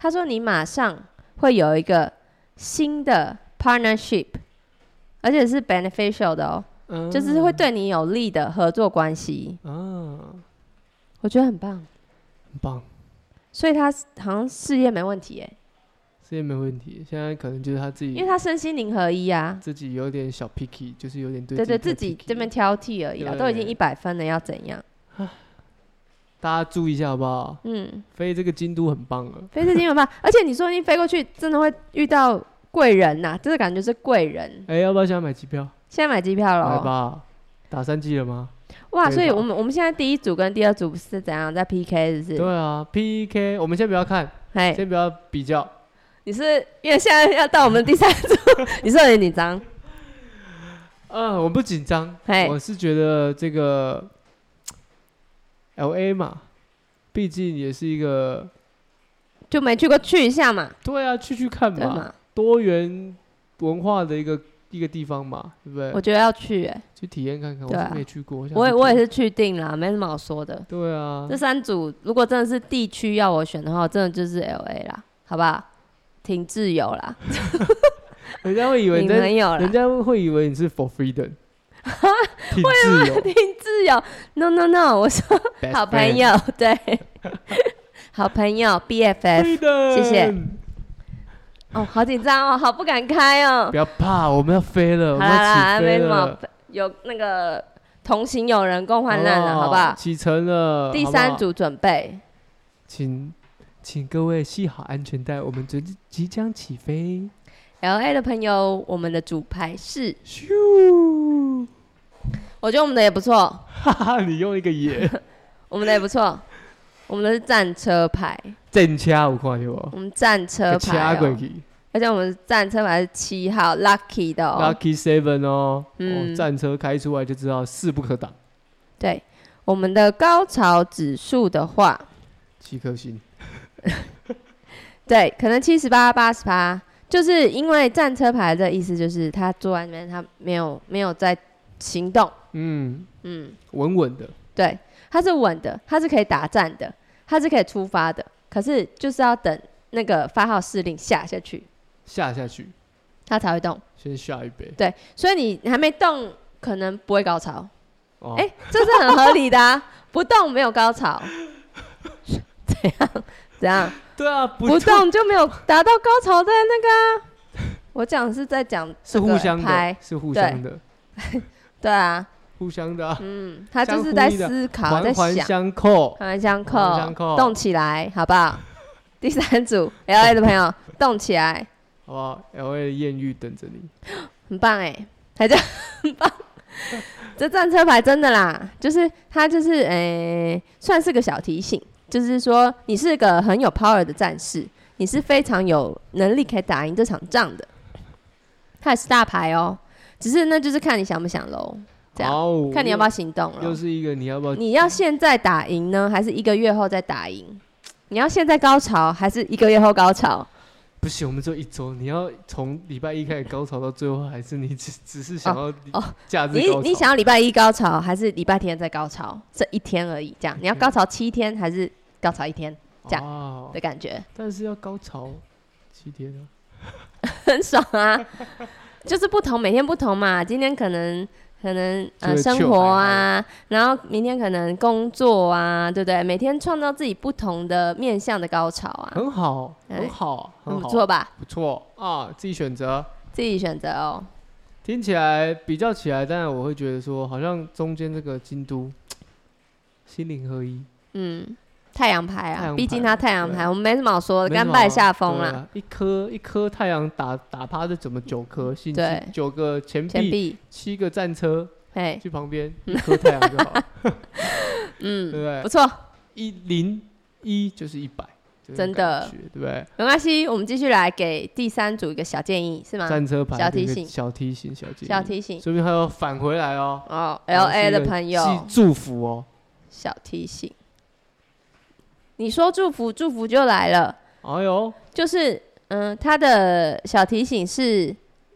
Speaker 2: 他说你马上会有一个新的 partnership，而且是 beneficial 的哦，
Speaker 1: 嗯
Speaker 2: 就是会对你有利的合作关系。
Speaker 1: 啊，
Speaker 2: 我觉得很棒，
Speaker 1: 很棒，
Speaker 2: 所以他好像事业没问题哎，
Speaker 1: 这也没问题。现在可能就是他自
Speaker 2: 因为
Speaker 1: 己
Speaker 2: 他身心灵合一啊。
Speaker 1: 自己有点小 picky，就是有点对
Speaker 2: 对对，
Speaker 1: 自
Speaker 2: 自
Speaker 1: 己
Speaker 2: 己
Speaker 1: 太 picky
Speaker 2: 这边挑剔而已啦，
Speaker 1: 对
Speaker 2: 都已经一百分了，要怎样？
Speaker 1: 大家注意一下好不好？
Speaker 2: 嗯。
Speaker 1: 飞这个京都很棒啊了，
Speaker 2: 飞至金门吧，而且你说不定飞过去，真的会遇到贵人呐、真的感觉是贵人。
Speaker 1: 哎，要不要现在买机票？
Speaker 2: 现在买机票
Speaker 1: 来
Speaker 2: 了，哦
Speaker 1: 吧，打三 G 了吗？
Speaker 2: 哇！
Speaker 1: 对
Speaker 2: 所以
Speaker 1: 吧
Speaker 2: 我们我们现在第一组跟第二组是怎样在 PK 是不是？
Speaker 1: 对啊，PK，我们先不要看，
Speaker 2: 哎，
Speaker 1: 先不要比较，
Speaker 2: 你是因为现在要到我们第 三组，你是有点紧张，
Speaker 1: 嗯，我不紧张，
Speaker 2: 嘿
Speaker 1: 我是觉得这个 L A 嘛，毕竟也是一个
Speaker 2: 就没去过去一下嘛，
Speaker 1: 对啊，去去看
Speaker 2: 对
Speaker 1: 嘛，
Speaker 2: 嘛？
Speaker 1: 多元文化的一个一个地方嘛，对不
Speaker 2: 我
Speaker 1: 对？
Speaker 2: 觉得要去、欸，
Speaker 1: 去体验看看，
Speaker 2: 对啊
Speaker 1: 我是没去过，想
Speaker 2: 我也
Speaker 1: 去
Speaker 2: 我也
Speaker 1: 体
Speaker 2: 是去定啦，没什么好说的。
Speaker 1: 对啊
Speaker 2: 这，三组如果真的是地区要我选的话，我真的就是 LA 啦，好不好？挺自由啦，
Speaker 1: 人家会以为
Speaker 2: 挺
Speaker 1: 你在，
Speaker 2: 朋友啦
Speaker 1: 人。家会以为你是 for freedom，挺自由，
Speaker 2: 挺自由。No No No，我说
Speaker 1: best
Speaker 2: 好朋友， 对，好朋友 BFF。
Speaker 1: friend，freedom，
Speaker 2: 谢谢哦，好紧张哦，好不敢开哦
Speaker 1: 不。要怕，我们要飞了，
Speaker 2: 好
Speaker 1: 我们
Speaker 2: 啦啦
Speaker 1: 要
Speaker 2: 啦，
Speaker 1: 起
Speaker 2: 没
Speaker 1: 飞
Speaker 2: 什么
Speaker 1: 了，，
Speaker 2: 有那个同行有人共患难了，好不好？
Speaker 1: 哦启程了，
Speaker 2: 第
Speaker 1: 好不好
Speaker 2: 三组准备，
Speaker 1: 请请各位系好安全带，我们即即将起飞。
Speaker 2: L A 的朋友，我们的主牌是，
Speaker 1: 咻！
Speaker 2: 我觉得我们的也不错，
Speaker 1: 哈哈，你用一个 野
Speaker 2: 我们的也不错，我们的是战车牌，
Speaker 1: 正掐，我看见无？
Speaker 2: 我们战车
Speaker 1: 给
Speaker 2: 牌、
Speaker 1: 掐过
Speaker 2: 哦，
Speaker 1: 去
Speaker 2: 而且我们战车牌是七号，lucky 的哦。
Speaker 1: ，Lucky Seven 哦，
Speaker 2: 嗯
Speaker 1: 哦，战车开出来就知道势不可挡，
Speaker 2: 对，我们的高潮指数的话，
Speaker 1: 七颗星。
Speaker 2: 对，可能七十八、八十八，就是因为战车牌的意思就是他坐在那边，他没有没有在行动，
Speaker 1: 嗯，
Speaker 2: 嗯，
Speaker 1: 稳稳的，
Speaker 2: 对，他是稳的，他是可以打战的，他是可以出发的，可是就是要等那个发号施令下下去，
Speaker 1: 下下去，
Speaker 2: 他才会动。
Speaker 1: 先下一杯。
Speaker 2: 对，所以你还没动，可能不会高潮，
Speaker 1: 哦，
Speaker 2: 哎、这是很合理的、啊，不动没有高潮，怎样？怎样？
Speaker 1: 对啊，不
Speaker 2: 不动就没有达到高潮的那个、啊。我讲是在讲
Speaker 1: 是互相
Speaker 2: 这个拍
Speaker 1: 的，是互相的，
Speaker 2: 对啊，
Speaker 1: 互相的啊，
Speaker 2: 嗯，他就
Speaker 1: 相
Speaker 2: 是
Speaker 1: 互
Speaker 2: 在
Speaker 1: 依的
Speaker 2: 思考，在
Speaker 1: 环环
Speaker 2: 想，
Speaker 1: 相扣。
Speaker 2: 环环相
Speaker 1: 环环相
Speaker 2: 扣，
Speaker 1: 扣
Speaker 2: 动起来，好不 好？第三组 L A 的朋友动起来，
Speaker 1: 好不好？L A 的艳遇等着你，
Speaker 2: 欸 很棒哎，还在很棒，这战车牌真的啦，就是它就是诶、算是个小提醒，就是说你是个很有 power 的战士，你是非常有能力可以打赢这场仗的。它也是大牌哦，只是那就是看你想不想喽，这样
Speaker 1: 好，
Speaker 2: 看你要不要行动
Speaker 1: 哦又，又
Speaker 2: 了。
Speaker 1: 是一个你要不要？
Speaker 2: 你要现在打赢呢，还是一个月后再打赢？你要现在高潮，还是一个月后高潮？
Speaker 1: 不行，我们只有一周，你要从礼拜一开始高潮到最后，还是你只 只是想要
Speaker 2: 哦
Speaker 1: 假日
Speaker 2: 你
Speaker 1: 高潮？
Speaker 2: 你想要礼拜一高潮，还是礼拜天再高潮？这一天而已，这
Speaker 1: 嗯
Speaker 2: 样你要高潮七天，还是高潮一天这样
Speaker 1: 哦
Speaker 2: 的感觉，
Speaker 1: 但是要高潮七天啊，
Speaker 2: 很爽啊！ 就是不同，每天不同嘛。今天可能可能呃
Speaker 1: 就是
Speaker 2: 生
Speaker 1: chill
Speaker 2: 活啊，然后明天可能工作啊，对不对？每天创造自己不同的面向的高潮啊，
Speaker 1: 很好，
Speaker 2: 哎
Speaker 1: 很好，
Speaker 2: 很
Speaker 1: 很
Speaker 2: 不
Speaker 1: 好，
Speaker 2: 错吧？
Speaker 1: 不错啊，自己选择。
Speaker 2: 自己选择哦。
Speaker 1: 听起来比较起来，当然我会觉得说，好像中间这个京都心灵合一，
Speaker 2: 嗯，太阳牌
Speaker 1: 太
Speaker 2: 啊，
Speaker 1: 阳
Speaker 2: 毕
Speaker 1: 牌
Speaker 2: 竟它太阳
Speaker 1: 对
Speaker 2: 牌，我们没什么好说的，
Speaker 1: 没什
Speaker 2: 甘
Speaker 1: 么
Speaker 2: 拜下风
Speaker 1: 对
Speaker 2: 啦。
Speaker 1: 啊。一颗一颗太阳打打趴这怎么九颗星
Speaker 2: 嗯对
Speaker 1: 星，九个钱
Speaker 2: 钱
Speaker 1: 币，
Speaker 2: 币，
Speaker 1: 七个战车
Speaker 2: 嘿，
Speaker 1: 去旁 边，一颗太阳就好了，对不
Speaker 2: 嗯，
Speaker 1: 对
Speaker 2: 不？错，
Speaker 1: 一零一就是一百，就
Speaker 2: 真
Speaker 1: 是
Speaker 2: 的
Speaker 1: 感觉对不对？
Speaker 2: 没关系，我们继续来给第三组一个小建议，是吗？
Speaker 1: 战车牌
Speaker 2: 嗯小
Speaker 1: 对不
Speaker 2: 提
Speaker 1: 对
Speaker 2: 醒
Speaker 1: 小提醒，小提
Speaker 2: 小提醒
Speaker 1: 说不定他要返回来哦。
Speaker 2: 哦，L
Speaker 1: 然后是
Speaker 2: A
Speaker 1: 一
Speaker 2: 的
Speaker 1: 个
Speaker 2: 朋
Speaker 1: 寄
Speaker 2: 友，
Speaker 1: 祝福哦。
Speaker 2: 小提醒。你说祝福，祝福就来了，
Speaker 1: 哎呦，
Speaker 2: 就是嗯，他的小提醒是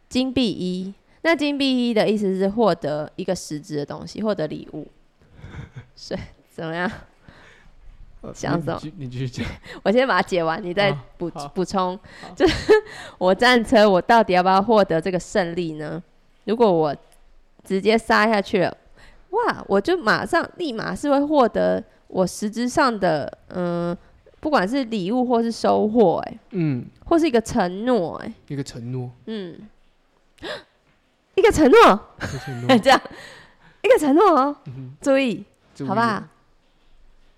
Speaker 2: 金币一，那金币一的意思是获得一个实质的东西，获得礼物。 是怎么样？
Speaker 1: 呃
Speaker 2: 想
Speaker 1: 你
Speaker 2: 什么
Speaker 1: 继你继续讲。
Speaker 2: 我先把它解完，你再
Speaker 1: 好
Speaker 2: 补
Speaker 1: 好
Speaker 2: 补充。 就是我战车，我到底要不要获得这个胜利呢？如果我直接杀下去了，哇，我就马上立马是会获得我实质上的，嗯，不管是礼物或是收获，哎，
Speaker 1: 嗯，
Speaker 2: 或是一个承诺，哎，
Speaker 1: 一个承诺，
Speaker 2: 嗯，一个承诺，
Speaker 1: 一个承 诺，
Speaker 2: 这样，一个承诺哦，
Speaker 1: 嗯哼
Speaker 2: 注意，
Speaker 1: 注
Speaker 2: 好
Speaker 1: 意
Speaker 2: 吧，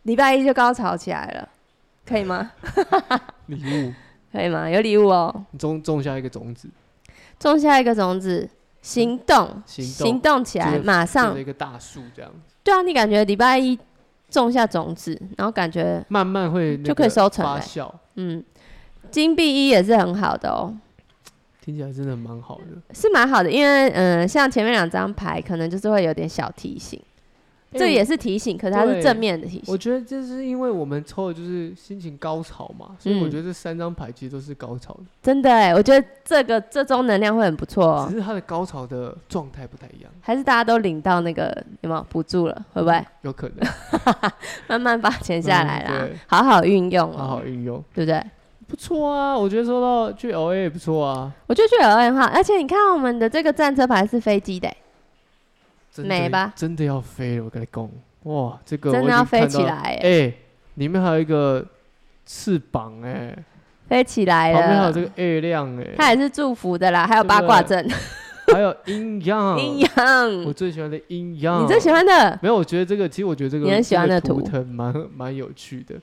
Speaker 2: 礼拜一就高潮起来了，可以吗？
Speaker 1: 礼物，
Speaker 2: 可以吗？有礼物哦。
Speaker 1: 你种种下一个种子，
Speaker 2: 种下一个种子，行动，
Speaker 1: 行动
Speaker 2: 起来，
Speaker 1: 就是
Speaker 2: 马
Speaker 1: 变
Speaker 2: 上
Speaker 1: 成一。个大树这样，
Speaker 2: 对啊，你感觉礼拜一种下种子，然后感觉
Speaker 1: 慢慢会那
Speaker 2: 就可以
Speaker 1: 个
Speaker 2: 收成
Speaker 1: 发
Speaker 2: 嘞
Speaker 1: 酵，
Speaker 2: 嗯，金币一也是很好的哦，
Speaker 1: 听起来真的蛮好的。
Speaker 2: 是蛮好的，因为嗯、呃像前面两张牌可能就是会有点小提醒，这
Speaker 1: 哎
Speaker 2: 也是提醒，可是它是
Speaker 1: 对
Speaker 2: 正面的提
Speaker 1: 我
Speaker 2: 醒。
Speaker 1: 觉得这是因为我们抽的就是心情高潮嘛，所以我
Speaker 2: 嗯
Speaker 1: 觉得这三张牌其实都是高潮的，
Speaker 2: 真的哎，我觉得这个这周能量会很不错哦
Speaker 1: 只，是它的高潮的状态不太一样，
Speaker 2: 还是大家都领到那个有没有补助了？会不会
Speaker 1: 有可 能
Speaker 2: 慢慢把钱下
Speaker 1: 嗯
Speaker 2: 来啦
Speaker 1: 对？
Speaker 2: 好好运用
Speaker 1: 好
Speaker 2: 哦
Speaker 1: 好，运用，
Speaker 2: 对不对？
Speaker 1: 不错啊，我觉得说到去 L A 也不错啊，
Speaker 2: 我就觉得 L N 话，而且你看我们的这个战车牌是飞机的欸、
Speaker 1: 真的
Speaker 2: 美吧
Speaker 1: 真的要飞了，我跟你讲，哇，这个
Speaker 2: 真
Speaker 1: 我已
Speaker 2: 的要
Speaker 1: 经
Speaker 2: 飞
Speaker 1: 看
Speaker 2: 起
Speaker 1: 到
Speaker 2: 来、欸，
Speaker 1: 哎、里面还有一个翅膀哎、
Speaker 2: 飞起来
Speaker 1: 旁边还有这
Speaker 2: 了。
Speaker 1: 个月亮哎、
Speaker 2: 它也是祝福的啦，还有八卦阵、
Speaker 1: 还有阴阳，
Speaker 2: 阴阳，
Speaker 1: 嗯我
Speaker 2: 你
Speaker 1: 最喜欢的阴阳。
Speaker 2: 最喜欢的
Speaker 1: 没有？我觉得这个，其实我觉得这个
Speaker 2: 你很喜欢
Speaker 1: 这
Speaker 2: 的
Speaker 1: 个
Speaker 2: 图
Speaker 1: 图腾蛮蛮有趣的，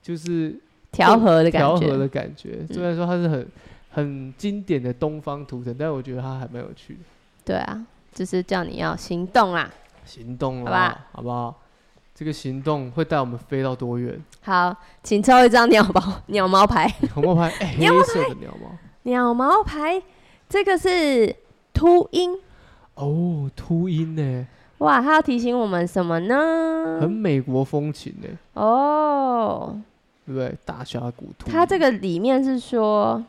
Speaker 1: 就是
Speaker 2: 调和的感
Speaker 1: 调和
Speaker 2: 觉，嗯
Speaker 1: 的感觉。虽然说它是很很经典的东方图腾，但我觉得它还蛮有趣的。
Speaker 2: 对啊，就是叫你要行动啦。
Speaker 1: 行动
Speaker 2: 好
Speaker 1: 啦
Speaker 2: 吧，
Speaker 1: 好不好？这个行动会带我们飞到多远？
Speaker 2: 好，请抽一张鸟毛 鸟毛牌，
Speaker 1: 红毛牌，哎、黑色的鸟毛。
Speaker 2: 鸟毛牌，这个是秃鹰，
Speaker 1: 哦，秃鹰呢，
Speaker 2: 哇，它要提醒我们什么
Speaker 1: 很
Speaker 2: 呢？
Speaker 1: 美国风情呢，
Speaker 2: 哦，
Speaker 1: 对不对？大峡谷秃鹰。
Speaker 2: 它这个里面是说，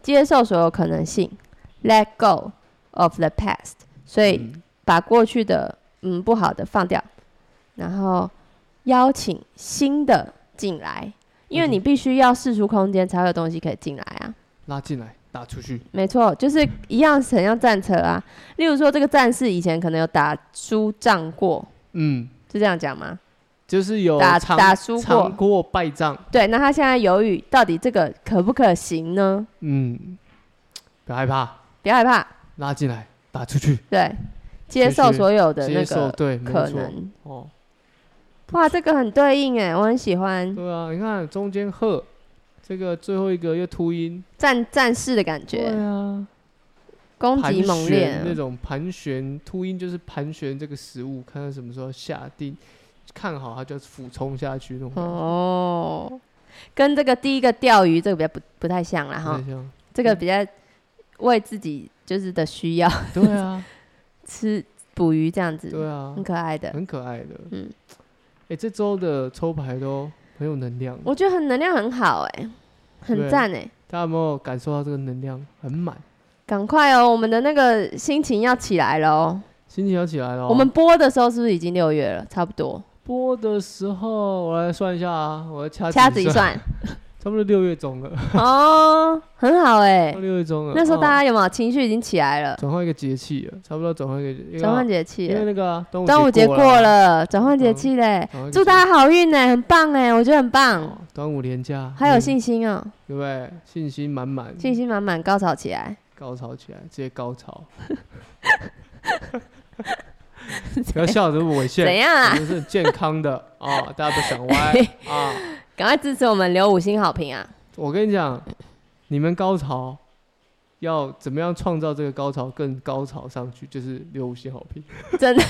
Speaker 2: 接受所有可能性，let go of the past，所以
Speaker 1: 嗯
Speaker 2: 把过去的嗯不好的放掉，然后邀请新的进来，因为
Speaker 1: 嗯
Speaker 2: 你必须要试出空间才会有东西可以进来啊。
Speaker 1: 拉进来，打出去。
Speaker 2: 没错，就是一样是很像战车啊。例如说，这个战士以前可能有打输仗过，
Speaker 1: 嗯，
Speaker 2: 是这样讲吗？
Speaker 1: 就是有
Speaker 2: 打
Speaker 1: 尝
Speaker 2: 打输过
Speaker 1: 尝过败仗，
Speaker 2: 对，那他现在犹豫到底这个可不可行呢？
Speaker 1: 嗯，不要害怕，
Speaker 2: 不要害怕，
Speaker 1: 拉进来，打出去，
Speaker 2: 对，接
Speaker 1: 就是
Speaker 2: 受所有的那
Speaker 1: 接受
Speaker 2: 个
Speaker 1: 对，没
Speaker 2: 可
Speaker 1: 错，
Speaker 2: 能。
Speaker 1: 哦，
Speaker 2: 哇，这个很对应哎，我很喜欢
Speaker 1: 对啊，你看中间鹤，这个最后一个又秃鹰，
Speaker 2: 战战士的感
Speaker 1: 对
Speaker 2: 觉，
Speaker 1: 啊，
Speaker 2: 攻
Speaker 1: 盘
Speaker 2: 击猛烈
Speaker 1: 旋那种盘旋秃鹰，就是盘旋这个食物，看它什么时候下定，看好它就要俯冲下去那种感觉。
Speaker 2: 哦，跟这个第一个钓鱼这个比较不不太像啦
Speaker 1: 不
Speaker 2: 哈
Speaker 1: 太，像
Speaker 2: 这个比较为自己就是的需要
Speaker 1: 对 啊，
Speaker 2: 吃捕鱼这样子，
Speaker 1: 对啊
Speaker 2: 很，可爱的。
Speaker 1: 很可爱的。
Speaker 2: 嗯
Speaker 1: 嗯，哎、这周的抽牌都很有能量，
Speaker 2: 我觉得很能量很好哎、很
Speaker 1: 对
Speaker 2: 赞哎，
Speaker 1: 大家有没有感受到这个能量很满？
Speaker 2: 赶快哦，我们的那个心情要起来了哦。
Speaker 1: 心情要起来了哦。
Speaker 2: 我们播的时候是不是已经六月了？差不多，
Speaker 1: 播的时候，我来算一下啊，我来掐
Speaker 2: 掐
Speaker 1: 指
Speaker 2: 指
Speaker 1: 一
Speaker 2: 一
Speaker 1: 算，
Speaker 2: 算，
Speaker 1: 差不多六月中了，
Speaker 2: 哦，很好哎、
Speaker 1: 六月中了。
Speaker 2: 那时候大
Speaker 1: 哦
Speaker 2: 家有没有情绪已经起来了？
Speaker 1: 转换一个节气了，差不多转换一个，
Speaker 2: 转换
Speaker 1: 节
Speaker 2: 节气
Speaker 1: 因为
Speaker 2: 了，
Speaker 1: 那个啊端
Speaker 2: 端午节过
Speaker 1: 了，嗯
Speaker 2: 了，转换节气嘞，
Speaker 1: 转换一个
Speaker 2: 祝
Speaker 1: 节
Speaker 2: 大家好运呢，很棒哎，我觉得很
Speaker 1: 气
Speaker 2: 棒，
Speaker 1: 哦端午连假，
Speaker 2: 还有
Speaker 1: 嗯
Speaker 2: 信心哦，
Speaker 1: 对不对？信心满满，
Speaker 2: 信心满满，高潮起来。
Speaker 1: 高潮起来，直接高 潮。不要笑得这么猥 亵，
Speaker 2: 怎样
Speaker 1: 我
Speaker 2: 啊？
Speaker 1: 们是很健康的啊、大家不要想 歪啊！
Speaker 2: 赶快支持我们留五星好评啊！
Speaker 1: 我跟你讲，你们高潮要怎么样创造这个高潮更高潮上去，就是留五星好评，
Speaker 2: 真的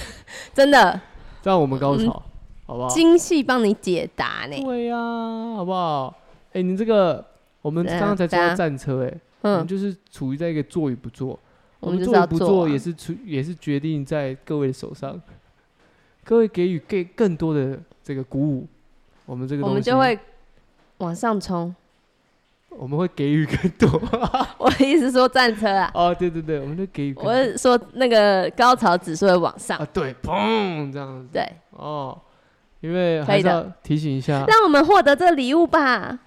Speaker 2: 真的，
Speaker 1: 让我们高潮，好不好？
Speaker 2: 精细帮嗯你解答呢。
Speaker 1: 对呀、好不好？哎、你这个我们
Speaker 2: 怎样
Speaker 1: 刚刚才
Speaker 2: 怎
Speaker 1: 坐到
Speaker 2: 样
Speaker 1: 战车、哎、我
Speaker 2: 啊嗯
Speaker 1: 们，就是处于在一个做与不做，
Speaker 2: 我们就是
Speaker 1: 做与
Speaker 2: 要
Speaker 1: 不
Speaker 2: 做啊
Speaker 1: 也是出也是决定在各位的手上，各位给予更更多的这个鼓舞，我们这个
Speaker 2: 我
Speaker 1: 东西
Speaker 2: 们就会往上冲。
Speaker 1: 我们会给予更多。
Speaker 2: 我的意思说战车啊，
Speaker 1: 哦，对对对，我们就给予更
Speaker 2: 我
Speaker 1: 多
Speaker 2: 是说那个高潮指数会往上
Speaker 1: 啊，。对，砰这样子
Speaker 2: 对，
Speaker 1: 哦，因为
Speaker 2: 可
Speaker 1: 还
Speaker 2: 以
Speaker 1: 是
Speaker 2: 的
Speaker 1: 要提醒一下，
Speaker 2: 让我们获得这个礼物吧，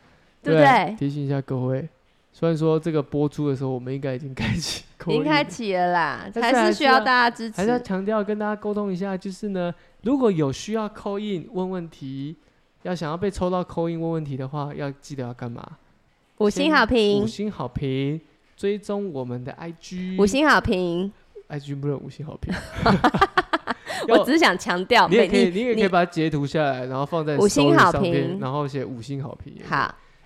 Speaker 2: 对不对？
Speaker 1: 提醒一下各位，虽然说这个播出的时候，我们应该已经开 启口
Speaker 2: 您
Speaker 1: 音，
Speaker 2: 开启了啦，
Speaker 1: 但是
Speaker 2: 还
Speaker 1: 还
Speaker 2: 是
Speaker 1: 是
Speaker 2: 需
Speaker 1: 要
Speaker 2: 要大家支
Speaker 1: 还是要
Speaker 2: 持。
Speaker 1: 强调跟大家沟通一下，就是呢，如果有需要扣印问问题，要想要被抽到扣印问问题的话，要记得要干嘛？
Speaker 2: 五星好
Speaker 1: 五
Speaker 2: 评，
Speaker 1: 星好评，追踪我们的 IG，
Speaker 2: 五星好评，，
Speaker 1: IG 不能五星好评
Speaker 2: 我只是想强调，
Speaker 1: 你也
Speaker 2: 每
Speaker 1: 可以，你也可以
Speaker 2: 你
Speaker 1: 把它截图下来，然后放在
Speaker 2: 五星
Speaker 1: story
Speaker 2: 好
Speaker 1: 上面
Speaker 2: 评
Speaker 1: 然后写五星好评也可以。哦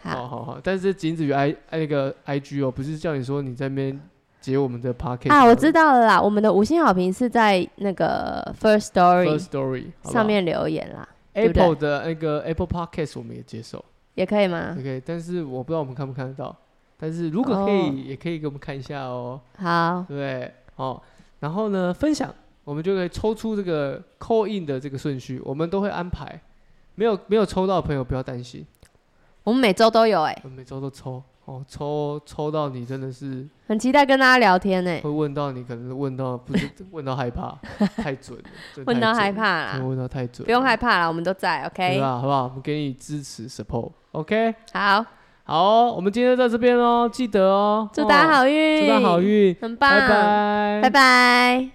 Speaker 2: 好好
Speaker 1: 好好好，但是仅止于 i 那个 IG 哦，不是叫你说你在那边截我们的 Pocket
Speaker 2: 啊，我知道了啦，我们的五星好评是在那个 First
Speaker 1: First
Speaker 2: Story
Speaker 1: Story 好不好
Speaker 2: 上面留言啦，对不对
Speaker 1: Apple 的那个 Apple Podcast 我们也接受
Speaker 2: 也可以吗？
Speaker 1: ，OK，但是我不知道我们看不看得到，但是如果可以
Speaker 2: 哦
Speaker 1: 也可以给我们看一下哦，
Speaker 2: 好
Speaker 1: 对，不对？哦，然后呢分享我们就可以抽出这个 call in 的这个顺序，我们都会安排，没有没有抽到的朋友不要担心，
Speaker 2: 我们每周都有哎、
Speaker 1: 我们每周都抽哦，抽抽到你真的是
Speaker 2: 很期待跟大家聊天哎、
Speaker 1: 会问到你，可能问到不是 问到害 怕，太准了，真的
Speaker 2: 问到
Speaker 1: 太
Speaker 2: 害
Speaker 1: 准
Speaker 2: 怕
Speaker 1: 了，真的
Speaker 2: 啦，
Speaker 1: 问到太准了，
Speaker 2: 不用害怕啦，哎我们都在
Speaker 1: 对啊
Speaker 2: ，OK，
Speaker 1: 吧？好不好？我们给你支持 support，OK？、
Speaker 2: 好，
Speaker 1: 好哦，我们今天就到这边哦，记得哦，
Speaker 2: 祝大家
Speaker 1: 哦，
Speaker 2: 好运，
Speaker 1: 祝大家好，运，
Speaker 2: 很棒，
Speaker 1: 拜拜，
Speaker 2: 拜拜